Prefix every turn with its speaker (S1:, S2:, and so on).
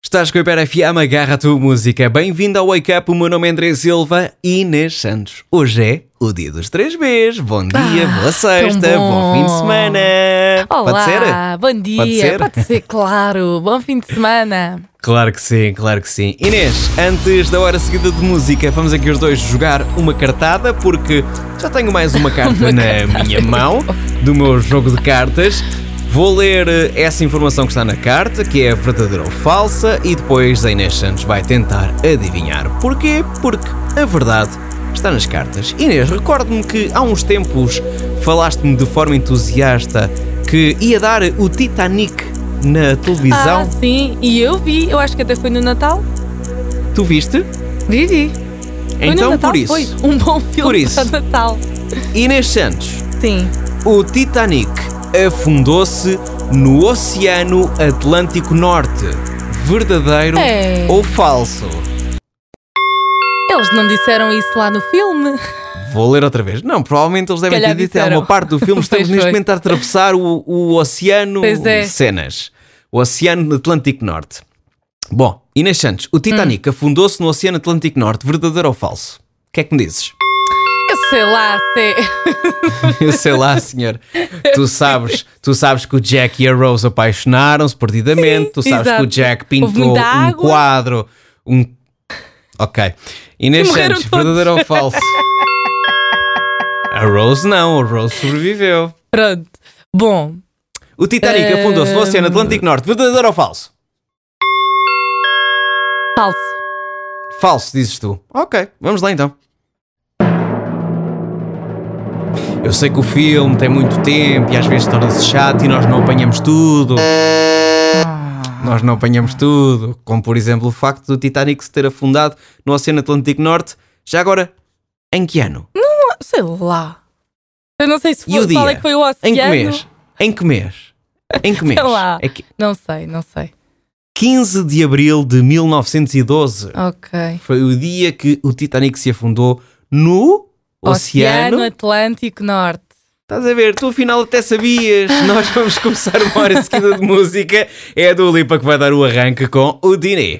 S1: Estás com a Hiper FM, agarra a tua música. Bem-vindo ao Wake Up, o meu nome é André Silva e Inês Santos. Hoje é o dia dos três Bs. Bom dia,
S2: Ah,
S1: boa sexta,
S2: tão bom.
S1: bom fim de semana.
S2: Olá,
S1: Pode ser?
S2: bom dia.
S1: Pode ser?
S2: claro. Bom fim de semana.
S1: Claro que sim, claro que sim. Inês, antes da hora seguida de música, vamos aqui os dois jogar uma cartada, porque já tenho mais uma carta
S2: Uma
S1: na
S2: cartada. é
S1: minha mão do meu jogo de cartas. Vou ler eh, essa informação que está na carta, que é verdadeira ou falsa, e depois a Inês Santos vai tentar adivinhar. Porquê? Porque a verdade está nas cartas. Inês, recordo-me que há uns tempos falaste-me de forma entusiasta que ia dar o Titanic na televisão.
S2: Ah, sim. E eu vi. Eu acho que até foi no Natal.
S1: Tu viste?
S2: Vivi. Foi no
S1: Então,
S2: Natal.
S1: por isso,
S2: Foi um bom filme
S1: Por isso.
S2: para Natal.
S1: Inês Santos,
S2: Sim.
S1: o Titanic afundou-se no Oceano Atlântico Norte. Verdadeiro
S2: É.
S1: ou falso?
S2: Eles não disseram isso lá no filme.
S1: Vou ler outra vez. Não, provavelmente eles devem
S2: Calhar
S1: ter dito é
S2: disseram.
S1: uma parte do filme. Estamos
S2: Pois
S1: neste
S2: foi.
S1: momento a atravessar o, o Oceano
S2: Pois é.
S1: Cenas. O Oceano Atlântico Norte. Bom, Inês Santos, o Titanic afundou-se no Oceano Atlântico Norte. Verdadeiro ou falso? O que é que me dizes?
S2: Eu sei lá, é. sei.
S1: Eu sei lá, senhor. Tu sabes, tu sabes que o Jack e a Rose apaixonaram-se perdidamente. tu sabes que
S2: exato.
S1: o Jack
S2: Houve
S1: pintou um
S2: muita água.
S1: quadro, um. Ok. Inês
S2: Morreram
S1: Santos,
S2: todos.
S1: verdadeiro ou falso? A Rose não, a Rose sobreviveu.
S2: Pronto. Bom,
S1: O Titanic
S2: Eh,
S1: afundou-se no Oceano Atlântico Norte, verdadeiro ou falso?
S2: falso.
S1: Falso, dizes tu. Ok, vamos lá então. Eu sei que o filme tem muito tempo e às vezes torna-se chato e nós não apanhamos tudo. Nós não apanhamos tudo, como por exemplo o facto do Titanic se ter afundado no Oceano Atlântico Norte. Já agora, em que ano?
S2: Sei lá. Eu não sei se
S1: E o
S2: foi, qual
S1: dia?
S2: é que foi o
S1: Em que
S2: oceano.
S1: mês? Em que mês? Em que mês?
S2: lá.
S1: É que-
S2: Não sei, não sei.
S1: 15 de abril de 1912
S2: Ok.
S1: foi o dia que o Titanic se afundou no Oceano
S2: Atlântico Norte.
S1: Estás a ver? Tu afinal até sabias. Nós vamos começar uma hora seguida de música. É a Dua Lipa que vai dar o arranque com o Dini.